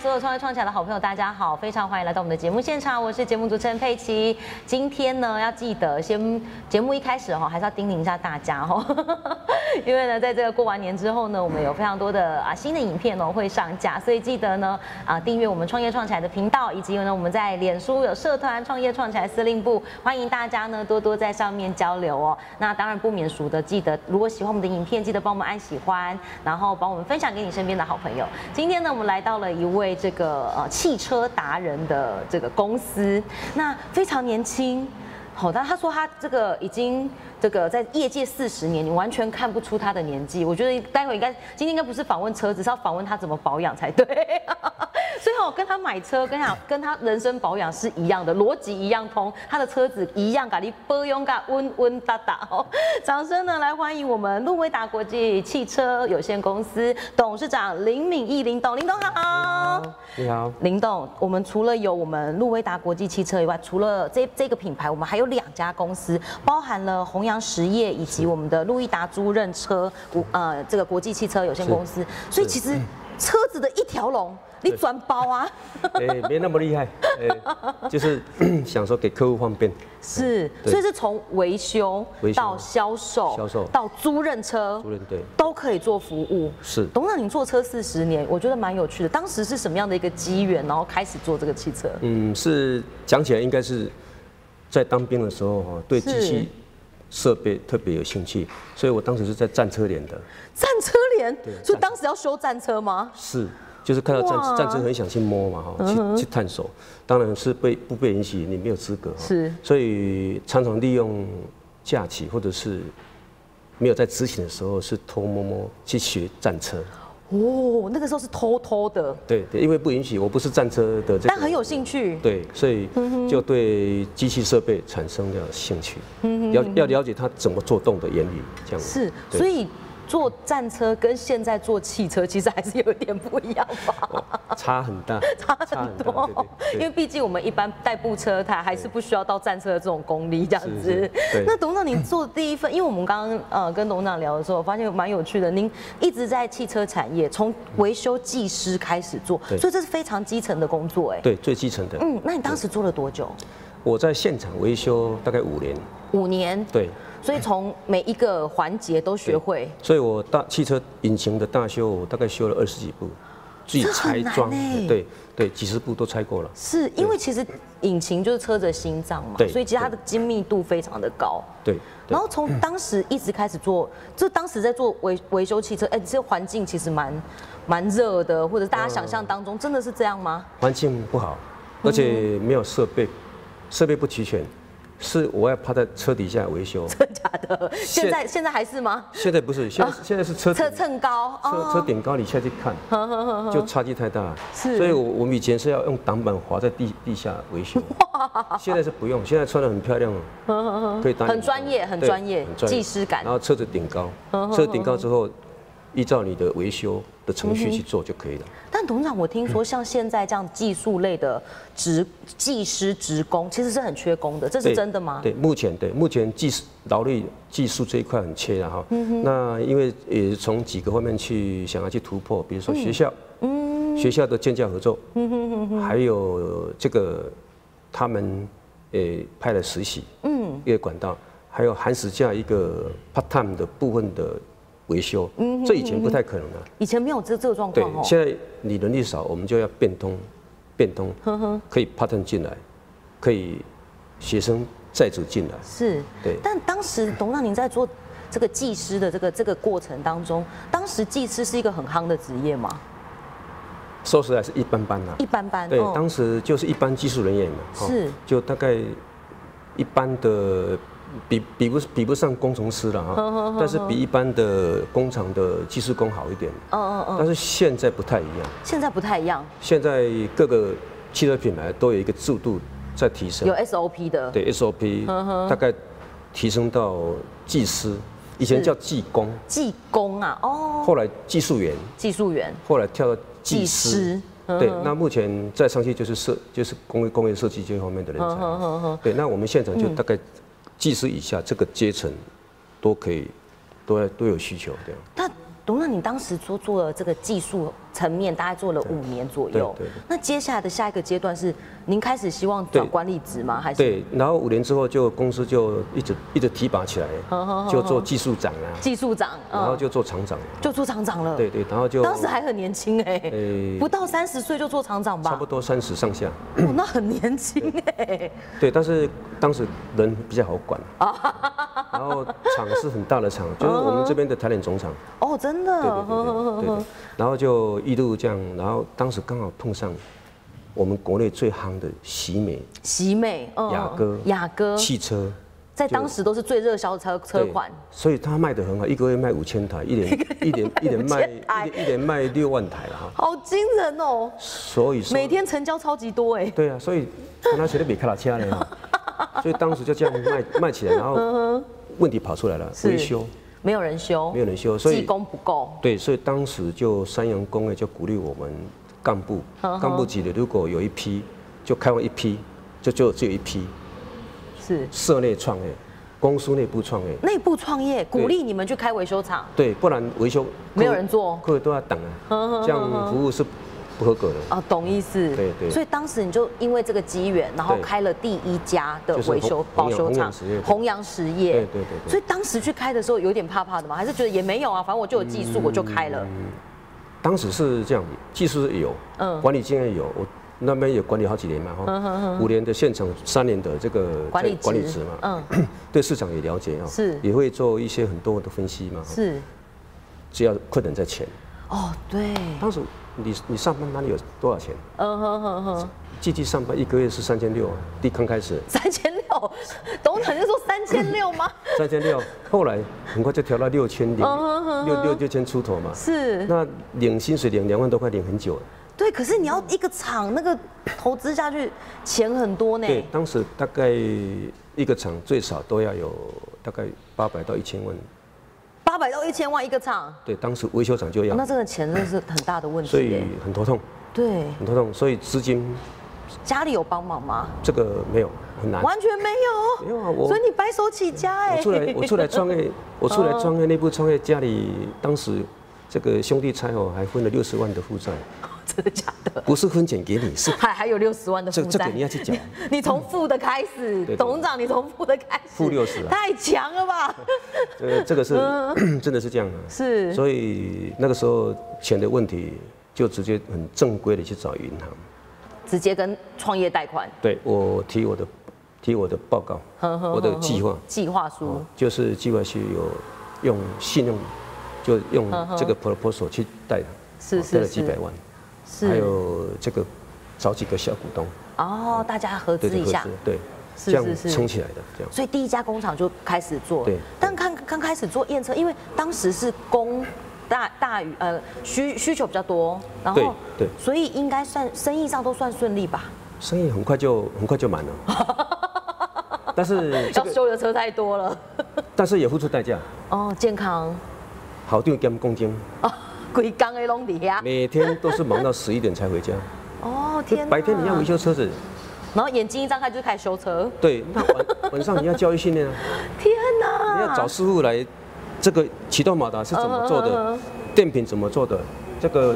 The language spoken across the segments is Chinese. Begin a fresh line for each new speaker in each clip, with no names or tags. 所有创业创起来的好朋友，大家好，非常欢迎来到我们的节目现场，我是节目主持人佩奇。今天呢，要记得先节目一开始哈、哦，还是要叮咛一下大家哈、哦， 因为呢，在这个过完年之后呢，我们有非常多的啊新的影片哦会上架，所以记得呢啊订阅我们创业创起来的频道，以及呢我们在脸书有社团创业创起来司令部，欢迎大家呢多多在上面交流哦。那当然不免俗的，记得如果喜欢我们的影片，记得帮我们按喜欢，然后帮我们分享给你身边的好朋友。今天呢，我们来到了一位这个呃汽车达人的这个公司，那非常年轻。好，但他说他这个已经这个在业界四十年，你完全看不出他的年纪。我觉得待会应该今天应该不是访问车子，是要访问他怎么保养才对。啊所以我跟他买车，跟他跟他人生保养是一样的，逻辑一样通，他的车子一样，咖喱波用咖温温哒哒哦。掌声呢，来欢迎我们路威达国际汽车有限公司董事长林敏毅林董，林董好。
你 好，
林董，我们除了有我们路威达国际汽车以外，除了这这个品牌，我们还有两家公司，包含了弘扬实业以及我们的路易达租赁车股呃这个国际汽车有限公司。所以其实车子的一条龙，你转包啊，
哎、没那么厉害，哎、就是 想说给客户方便，
是，
对
所以是从维修
维修
到销售，
销售
到租赁车，
租赁对
都可以做服务。
是
董事长，你做车四十年，我觉得蛮有趣的。当时是什么样的一个机缘，然后开始做这个汽车？
嗯，是讲起来应该是在当兵的时候哈，对机
是
器设备特别有兴趣，所以我当时是在战车连的，
战车连，所以
战车
当时要修战车吗？
是，就是看到战
哇嗯
战车很想去摸嘛哈，去去探索，当然是被不被允许，你没有资格哈，哦
是
所以常常利用假期或者是没有在执勤的时候，是偷摸摸去学战车，
哦，那个时候是偷偷的，
对对，因为不允许，我不是战车的这
但
个
很。有嗯兴趣。
对，所以就对机器设备产生了兴趣，
嗯
要要了解它怎么做动的原理，这样
是，
对
所以做战车跟现在做汽车其实还是有一点不一样吧。
差很大，
差很多，
对
因为
对对。
毕竟我们一般代步车，它还是不需要到战车的这种功力这样
是
子
是。对
那董事长，您做第一份，因为我们刚刚呃跟董事长聊的时候，我发现蛮有趣的，您一直在汽车产业，从维修技师开始做，
对
所以这是非常基层的工作哎。
对，最基层的，
嗯，那你当时做了多久？
我在现场维修大概五年，
五年。
对，
所以从每一个环节都学会，
所以我大汽车引擎的大修，我大概修了二十几部，自己
这很
拆
难
装
欸，
对对，几十部都拆过了，
是因为其实引擎就是车子的心脏嘛
对，
所以其实它的精密度非常的高。
对。对
然后从当时一直开始做，就当时在做维维修汽车，哎，这环境其实蛮蛮热的，或者大家想象当中真的是这样吗？
环境不好，而且没有设备，设备不齐全，是我要趴在车底下维修。
真的假的？现在现在还是吗？
现在不是，现在现在是车
啊车
顶
蹭高
车车
哦，
顶高，你下去看，就差距太大了。
是
所以我我们以前是要用挡板滑在地地下维 修，现在是不用，现在穿的很漂亮哦，可以打你
很专业很
对
专业
很专业
技师感
然后车子顶高，车子顶高之后，依照你的维修的程
嗯
序去做就可以了。
但董事长，我听
嗯
说像现在这样技术类的职技师职工其实是很缺工的，这是
对
真的吗？
对，目前对目前技术劳力技术这一块很缺了哈。
嗯
那因为也从几个方面去想要去突破，比如
嗯
说学校，学校的建教合作，还有这个他们呃派了实习，嗯，一个管道，还有寒暑假一个 part time 的部分的维修，
嗯
这以前不太可能的、
以前没有这这个状
对
况，哦。
现在你能力少，我们就要变通，变通，可以 pattern 进来，可以学生债主进来，
是，
对
但当时董事长您在做这个技师的这个这个过程当中，当时技师是一个很夯的职业嘛，
说实在是一般般啦、
一般般。
对，
哦
当时就是一般技术人员嘛，哈
是
就大概一般的。比比不比不上工程师了哈，但是比一般的工厂的技术工好一点。
嗯嗯嗯，
但是现在不太一样，
现在不太一样，
现在各个汽车品牌都有一个制度在提升
有。SOP 的。
对 SOP 大概提升到技师，以前叫技工，
技工啊，哦，
后来技术员，
技术员，
后来跳到技
技
师
师。
对，那目前再上去就是设，就是工业工业设计这方面的人才。对，那我们现场
嗯
就大概技师以下这个阶层都可以，都要都有需求这样。
那董事长，你当时做做了这个技术层面，大概做了五年左右
对对对。
那接下来的下一个阶段是，您开始希望转
对
管理职吗？还是
对，然后五年之后就公司就一直一直提拔起来，就做技术长啊，
技术长？
然后
嗯，
就做厂长啊，
就做厂长了。
对对，然后就
当时还很年轻哎、
诶
不到三十岁就做厂长吧？
差不多三十上下，
哦那很年轻哎、
对，但是当时人比较好 管，然后厂是很大的厂，就是我们这边的台联总厂，
哦，真
对对
的，
对对对对，然后就一路这样，
哦
然后当时刚好碰上我们国内最夯的喜美
喜美，嗯
雅阁
雅歌，
汽车。
在当时都是最热销的车车
对
款，，
所以它卖得很好，一个月卖五千台，一 年一年一年卖
5000台
一年一年卖六万台了哈，
好惊人哦，
所以说
每天成交超级多哎，
对啊，所以跟他学的比卡拉恰嘞 哈，所以当时就这样卖卖起来，然后问题跑出来了，
嗯是
维修
没有人修，
没有人修，所
技
以
工不够，
对，所以当时就三洋工业就鼓励我们干部干部级的，如果有一批就开放一批，就就只有一批
是
社内创业，公司内部创业，
内部创业，鼓励你们去开维修厂，
对，不然维修
没有人做
客人都要等啊，这样服务是不合格的。
啊，懂意思？
对对
所以当时你就因为这个机缘，然后
对
开了第一家的
就是
维修
弘
保修
弘扬
厂
弘扬实业对，
弘扬实业。
对对对对
所以当时去开的时候有点怕怕的嘛，还是觉得也没有啊，反正我就有技术，我就开了。
嗯当时是这样，技术是有，
嗯
管理经验有，我那边也管理好几年嘛，哈，五年的现场，三年的这个
管理
在管理
职
职嘛，
嗯，
对市场也了解啊，
是
也会做一些很多的分析嘛，
是。
只要困难在钱。
哦，对，
当时你你上班哪里有多少钱？
嗯哼哼哼，
季季上班一个月是三千六，第刚开始
三千六，董事长就说三千六 吗？
三千六，后来很快就调到六千
嗯
零六六六千出头嘛，
是，
那领薪水领两万多块，领很久了。
对，可是你要一个厂那个投资下去，钱很多呢。
对，当时大概一个厂最少都要有大概八百到一千万。
八百到一千万一个厂，
对，当时维修厂就要，
那这个钱真的是很大的问题。
所以，很头痛，
对，
很头痛。所以资金
家里有帮忙吗？
这个没有很难。
完全没有，
没有啊我
所以你白手起家哎、
我出来，我出来创业，我出
哦
来创业，内部创业，家里当时这个兄弟拆伙还分了六十万的负债，
真的假的？
不是分钱给你，是
还还有六十万的负
这
债，
这个你要去讲。
你 从负的开始，
对
董事长，你从负的开始，
负60啊
太强了吧？
呃，这个是 真的是这样啊。
嗯是
所以那个时候钱的问题，就直接很正规的去找银行。
直接跟创业贷款
对我提我的提我的报告，我的计划，哦
计划书，
就是计划是有用信用，就用这个 proposal 去贷他，
是
哦
是
贷了
是
几百万，还
是
有这个找几个小股东，
哦，大家合资
对
一下
合资，对，
是
这样
是是
撑起来的，这样
所以第一家工厂就开始做。
对
但刚刚开始做验车，因为当时是供大大于呃需需求比较多，然后
对对
所以应该算生意上都算顺利吧。
生意很快就很快就满了， 但是这
要
个
修的车太多了。
但是也付出代价，
哦，健康
好定跟公斤，
哦，规工的拢底下。
每天都是忙到十一点才回家，
哦，天哪！
白天你要维修车子，
然后眼睛一张开就开始修车。
对，那晚晚上你要教育训 练啊。
天哪！
你要找师傅来，这个启动马达是怎么做
嗯嗯嗯
的，电瓶怎么做的，这个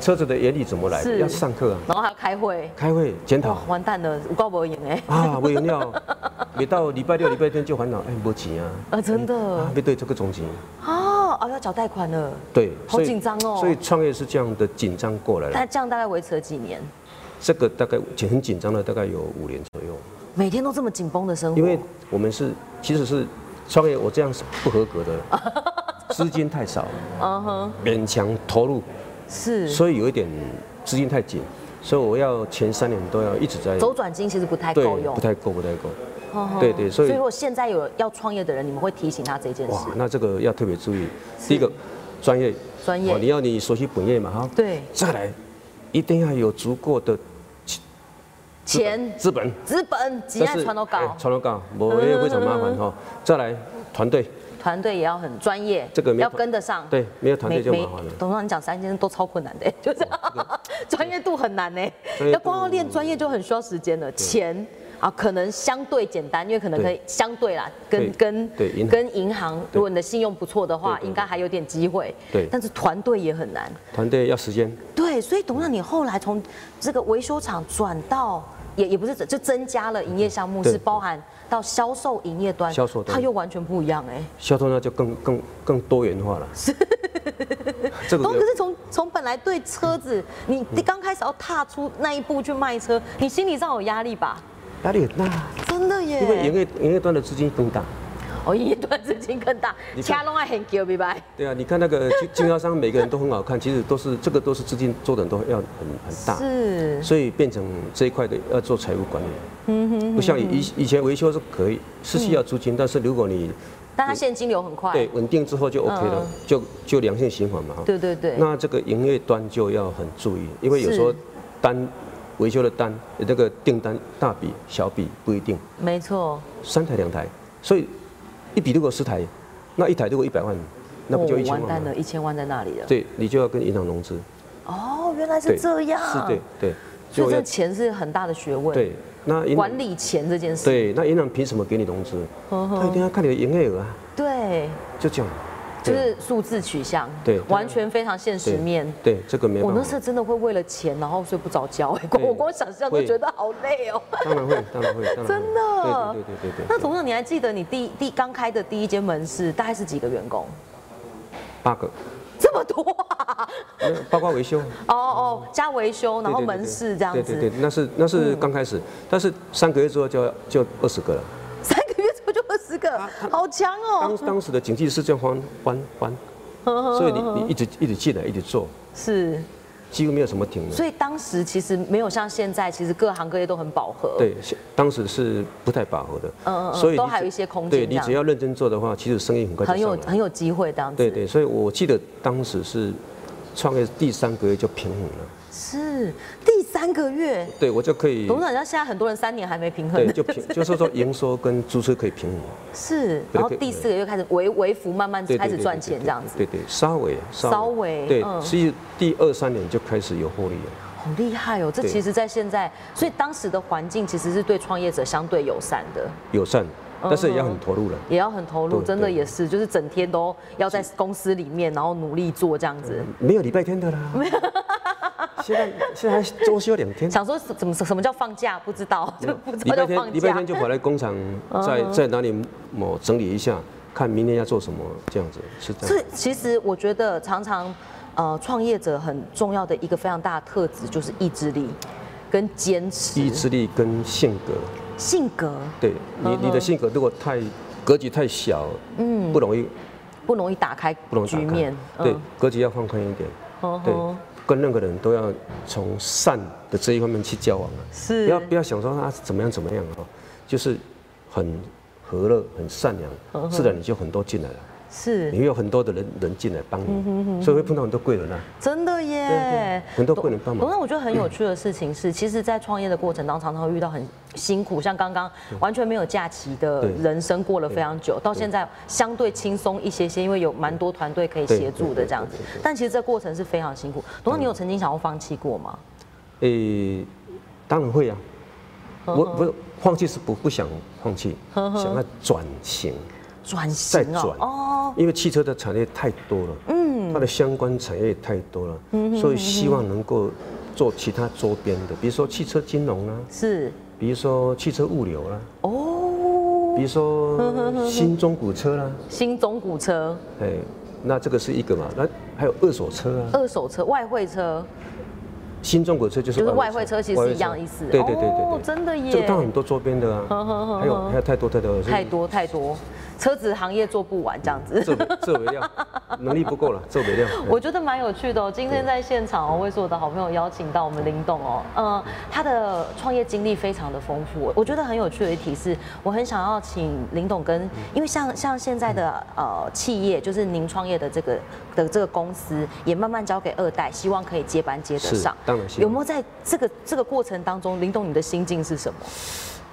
车子的原理怎么来的，
是
要上课啊，
然后还要开会。
开会检讨
哇，完蛋了，我告不赢哎。
哦啊，没有料，每到礼拜六、礼拜天就烦恼，哎，没钱啊，
啊，真
啊
的，
没对这个总结，
哦，啊，要缴贷款了。
对，
好
所以
紧张哦
所以创业是这样的紧张过来
那
了，
这样大概维持了几年？
这个大概紧很紧张的，大概有五年左右，
每天都这么紧绷的生活，
因为我们是其实是创业，我这样是不合格的， 资金太少，
嗯哼，
勉强投入。
是
所以有一点资金太紧，所以我要前三年都要一直在
周转金其实不太
对
够，用
不。太够，不太够。
嗯哼
对对所以
所以如果现在有要创业的人，你们会提醒他这件事
哇，。那这个要特别注意。第一个，专业，
专业
哦你要你熟悉本业嘛哈。
对，
再来，一定要有足够的资本
钱、
资本，
资本、急
但
案、
是
传都嗯
哎
搞，
传统稿，我也非常麻烦哈。再来，团队，
团队也要很专业，
这个没有
要跟得上。
对，没有团队
没
就
没
麻烦了，。哦
董事长，你讲三件事都超困难的，就是专业度很难呢
专。业度
要光要练专业就很需要时间了，钱，啊，可能相对简单，因为可能可以相对啦，跟
对
跟
对银行
跟银行，如果你的信用不错的话，
对对对
应该还有点机会。
对
但是团队也很难。
团队要时间，
对，所以董事长，你后来从这个维修厂转到也也不是就增加了营业项目，
对
是包含到销售营业端，
销售端
它又完全不一样哎、
销售那就更更更多元化了。 这个嗯
东可是从从本来对车子，你你刚开始要踏出那一步去卖车，你心理上有压力吧？
压力很大，
真的
因为营
耶，
业营业端的资金更大。
哦，营业端资金更大，
你看
掐拢爱很久，明白？
对啊，你看那个经经销商，每个人都很好看，其实都是这个都是资金做的都要很很大，
是，
所以变成这一块的要做财务管理。
嗯
不像以以以前维修是可以，是需要租金，但是如果你
但它现金流很快，
对稳定之后就 OK 了，就就良性循环嘛哈。
嗯对对对
那这个营业端就要很注意，因为有时候
是
单维修的单那个订单大笔小笔不一定，
没错，
三台两台，所以一笔如果十台，那一台如果一百万，那不就
哦
一千
完
万
蛋
吗
了，？一千万在那里了。
对，你就要跟银行融资。
哦，原来
对
是这样，
是，对对，
所以
我
这
要
个钱是很大的学问，，
对那银
管理钱这件事，
对那银行凭什么给你融资？
呵呵
他一定要看你的营业额啊，
对，
就这样。
就
对
是数字取向，
对
完全非常现实
对
面。
对这个没
我
办
那
法
次，真的会为了钱，然后睡不着觉、哎，光我光想象都
会
觉得好累哦、
当然会，当然会，当然会
真的
对对对对对
那
对，
董事长，你还记得你第第刚开的第一间门市大概是几个员工？
八个，
这么多啊！
没有包括维修，
哦哦，加维修， 然后
对对对
门市这样
对对
子，嗯
对，那是那是刚开始，但是三个月之后就要就二十个了。
三个月之后就二十个，好强
啊当
哦！
当时的经济是这样翻翻翻，所以你你一直一直进来，一直做，
是，
几乎没有什么停的。
所以当时其实没有像现在，其实各行各业都很饱和。，
对，是当时是不太饱和的，
嗯嗯嗯
你
都
只
还有一些空间
对
这
你
样
只要认真做的话，其实生意很快就
很有
上来
很有机会这样子。
对对，所以我记得当时是创业第三个月就平衡了，
是第三个月，
对我就可以
董事长，像现在很多人三年还没平衡
对，就平，就是说营收跟租车可以平衡，
是，
对
然后
可以
第四个月开始微微幅慢慢
对，对
开始
对
赚
对
钱
对
这样子，
对对，稍微
稍微
对
嗯，
其实第二三年就开始有获利了，
好厉害哦！这
对
其实，在现在，所以当时的环境其实是对创业者相对友善的，
友善，
嗯
但是也要很投入了。
也要很投入，
对
真的
对
也是，就是整天都要在公司里面，然后努力做这样子。
没有礼拜天的啦，现在现在还周休两天，
想说怎么什么叫放假？不知道，就 不知
嗯礼
道
拜
叫放
天礼拜
假嗯
天。就跑来工厂，在在哪里某整理一下，看明天要做什么，这样子是这
所
样。
以其实我觉得常常，呃，创业者很重要的一个非常大的特质就是意志力跟坚
意
持、
志力跟性格，
性格
对你
嗯
你的性格如果太格局太小，嗯，不容易
不容易打开
不容易
局
打开
面。
对，格局要放宽一点，
嗯
对
哼，
跟任何人都要从善的这一方面去交往啊，
是
不要不要想说啊怎么样怎么样啊，就是很和乐、很善
嗯
良，自然你就很多进来了。
是
你。会有很多的人人进来帮
嗯
你，所以会碰到很多贵人啊。
真的耶，
对很多贵人帮忙
那我觉得很有趣的事情是，其实，在创业的过程当中，常常会遇到很辛苦，像刚刚完全没有假期的
对
人生过了非常久，到现在相对轻松一些些，因为有蛮多团队可以协助的这样子
对对对嗯对。对
但其实这过程是非常辛苦。董事，你有曾经想要放弃过吗？
诶，当然会啊，
嗯
我不是放弃是不不想放弃，想要转型，
转
再
型
转
哦，哦，
因为汽车的产业太多了，嗯，它的相关产业太多了，
嗯
所以希望能够做其他周边的，比如说汽车金融啊，
是
比如说汽车物流啦，
哦，
比如
嗯
说新中古车啦，
新中古车、
哎，那这个是一个嘛，那还有二手车啊，
二手车、外汇车，
新中国车就是
就是外汇车其实是一样的意思
对对对对
哦
对，
真的耶嗯
这个当然很多周边的啊，还有还有太多太多
太，多太多，车子行业做不完这样子。
这这为 量，能力不够了，这为量。
我觉得蛮有趣的、哦。今天在现场、哦，为所有的好朋友邀请到我们林董哦，呃，他的创业经历非常的丰富。我觉得很有趣的一题是，我很想要请林董
嗯
跟，因为像像现在的呃企业，就是您创业的这个的这个公司，也慢慢交给二代，希望可以接班接得
是
上。
当然希望
有没有在这个这个过程当中，林董你的心境是什么？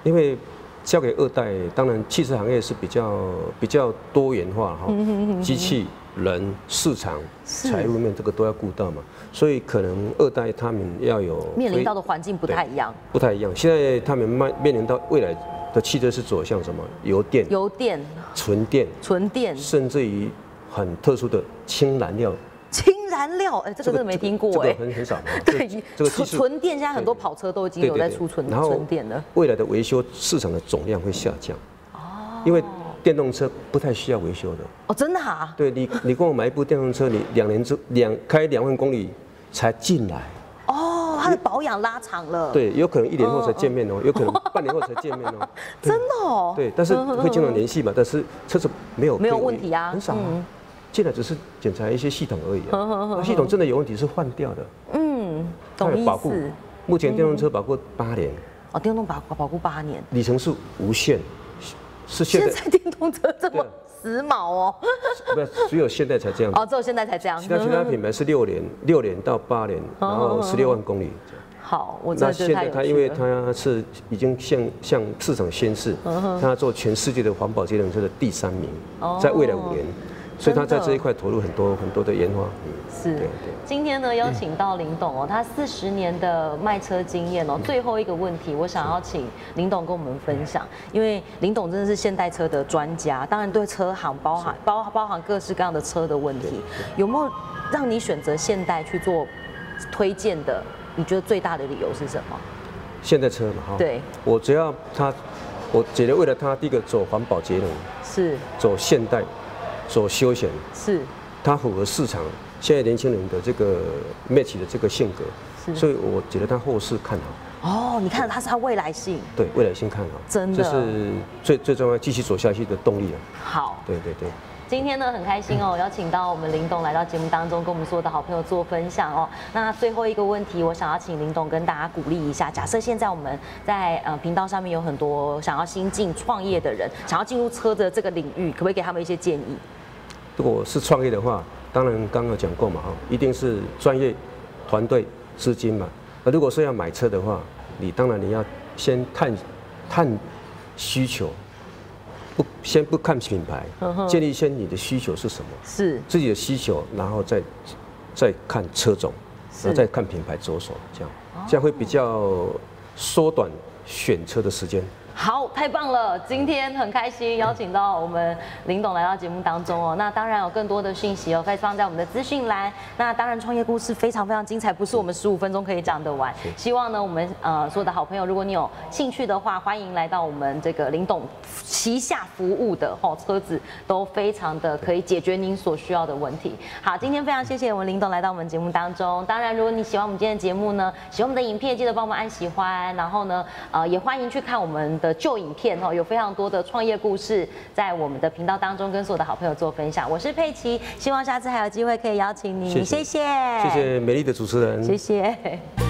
因为交
嗯
给二代，当然汽车行业是比较比较多元化哈，机器人、市场、
是
财务面这个都要顾到嘛，所以可能二代他们要有
面临
非
到的环境不太一样，
不太一样。现在他们面面临到未来的汽车是走向什么？油电、
油电、
纯电，
纯电、
甚至于很特殊的氢燃料。
氢燃料，哎，这个真的没听过
这
哎
个。很很少嘛。
对纯
这，这个技术
纯电现在很多跑车都已经有在出纯
然后
纯电了。
未来的维修市场的总量会下降。哦。因为电动车不太需要维修的。
哦，真的啊？
对你，你跟我买一部电动车，你两年之两开两万公里才进来。
哦，它的保养拉长了。，
对，有可能一年后才见面哦，有可能半年后才见面 哦。
真的哦。
对，但是会经常联系嘛，但是车子没有
没有
被
问题啊嗯
很少啊。进来只是检查一些系统而已、啊，那系统真的有问题是换掉的，它
懂
有
意
保护
思。。
目前电动车保护八年，
哦，电动保保护八年，
里程数无限，是现
现
在
在电动车这么
对啊
时髦哦。
不是只有现在才这样子，
哦，只有现在才这样
其。他其他品牌是六年，六年到八年，然后十六万公里。
好，哦我真的
那
觉
现
得太
在
有趣
它
了。
因为它是已经向向市场宣示，
嗯
它做全世界的环保节能车的第三名，
哦
在未来五年，所以它在这一块投入很多很多的研发。嗯
是
对，
今天呢邀请到林董哦，他四十年的卖车经验
嗯
哦。最后一个问题，我想要请林董跟我们分享，因为林董真的是现代车的专家，当然对车行包含包包含各式各样的车的问题，有没有让你选择现代去做推荐的？你觉得最大的理由是什么？
现在车嘛，哈，
对，
我只要它，我觉得为了它第一个走环保节能，
是
走现代，走休闲，
是
它符合市场现在年轻人的这个 match 的这个性格，
是
所以我觉得它后市看好，
哦，你看它是它未来性
对未来性看好，
真的
这是最最重要继续走下去的动力了。啊
好。
对对对，
今天呢很开心哦，邀请到我们林董来到节目当中，跟我们所有的好朋友做分享哦。那最后一个问题，我想要请林董跟大家鼓励一下。假设现在我们在呃频道上面有很多想要新进创业的人，想要进入车的这个领域，可不可以给他们一些建议？
如果是创业的话，当然刚刚讲过嘛，哈，一定是专业、团队、资金嘛。那如果是要买车的话，你当然你要先看看需求，不先不看品牌，
嗯
建立先你的需求是什么，
是
自己的需求，然后再再看车种，
是
然后再看品牌着手，这样这样会比较缩短选车的时间。
好，太棒了！今天很开心邀请到我们林董来到节目当中哦。那当然有更多的讯息哦，会放在我们的资讯栏。那当然，创业故事非常非常精彩，不是我们十五分钟可以讲得完。希望呢，我们呃所有的好朋友，如果你有兴趣的话，欢迎来到我们这个林董旗下服务的哦，车子都非常的可以解决您所需要的问题。好，今天非常谢谢我们林董来到我们节目当中。当然，如果你喜欢我们今天的节目呢，喜欢我们的影片，记得帮我们按喜欢，然后呢，呃，也欢迎去看我们的旧影片哦，有非常多的创业故事在我们的频道当中跟所有的好朋友做分享。我是佩奇，希望下次还有机会可以邀请你，
谢
谢
谢
谢，
谢，谢美丽的主持人，
谢谢。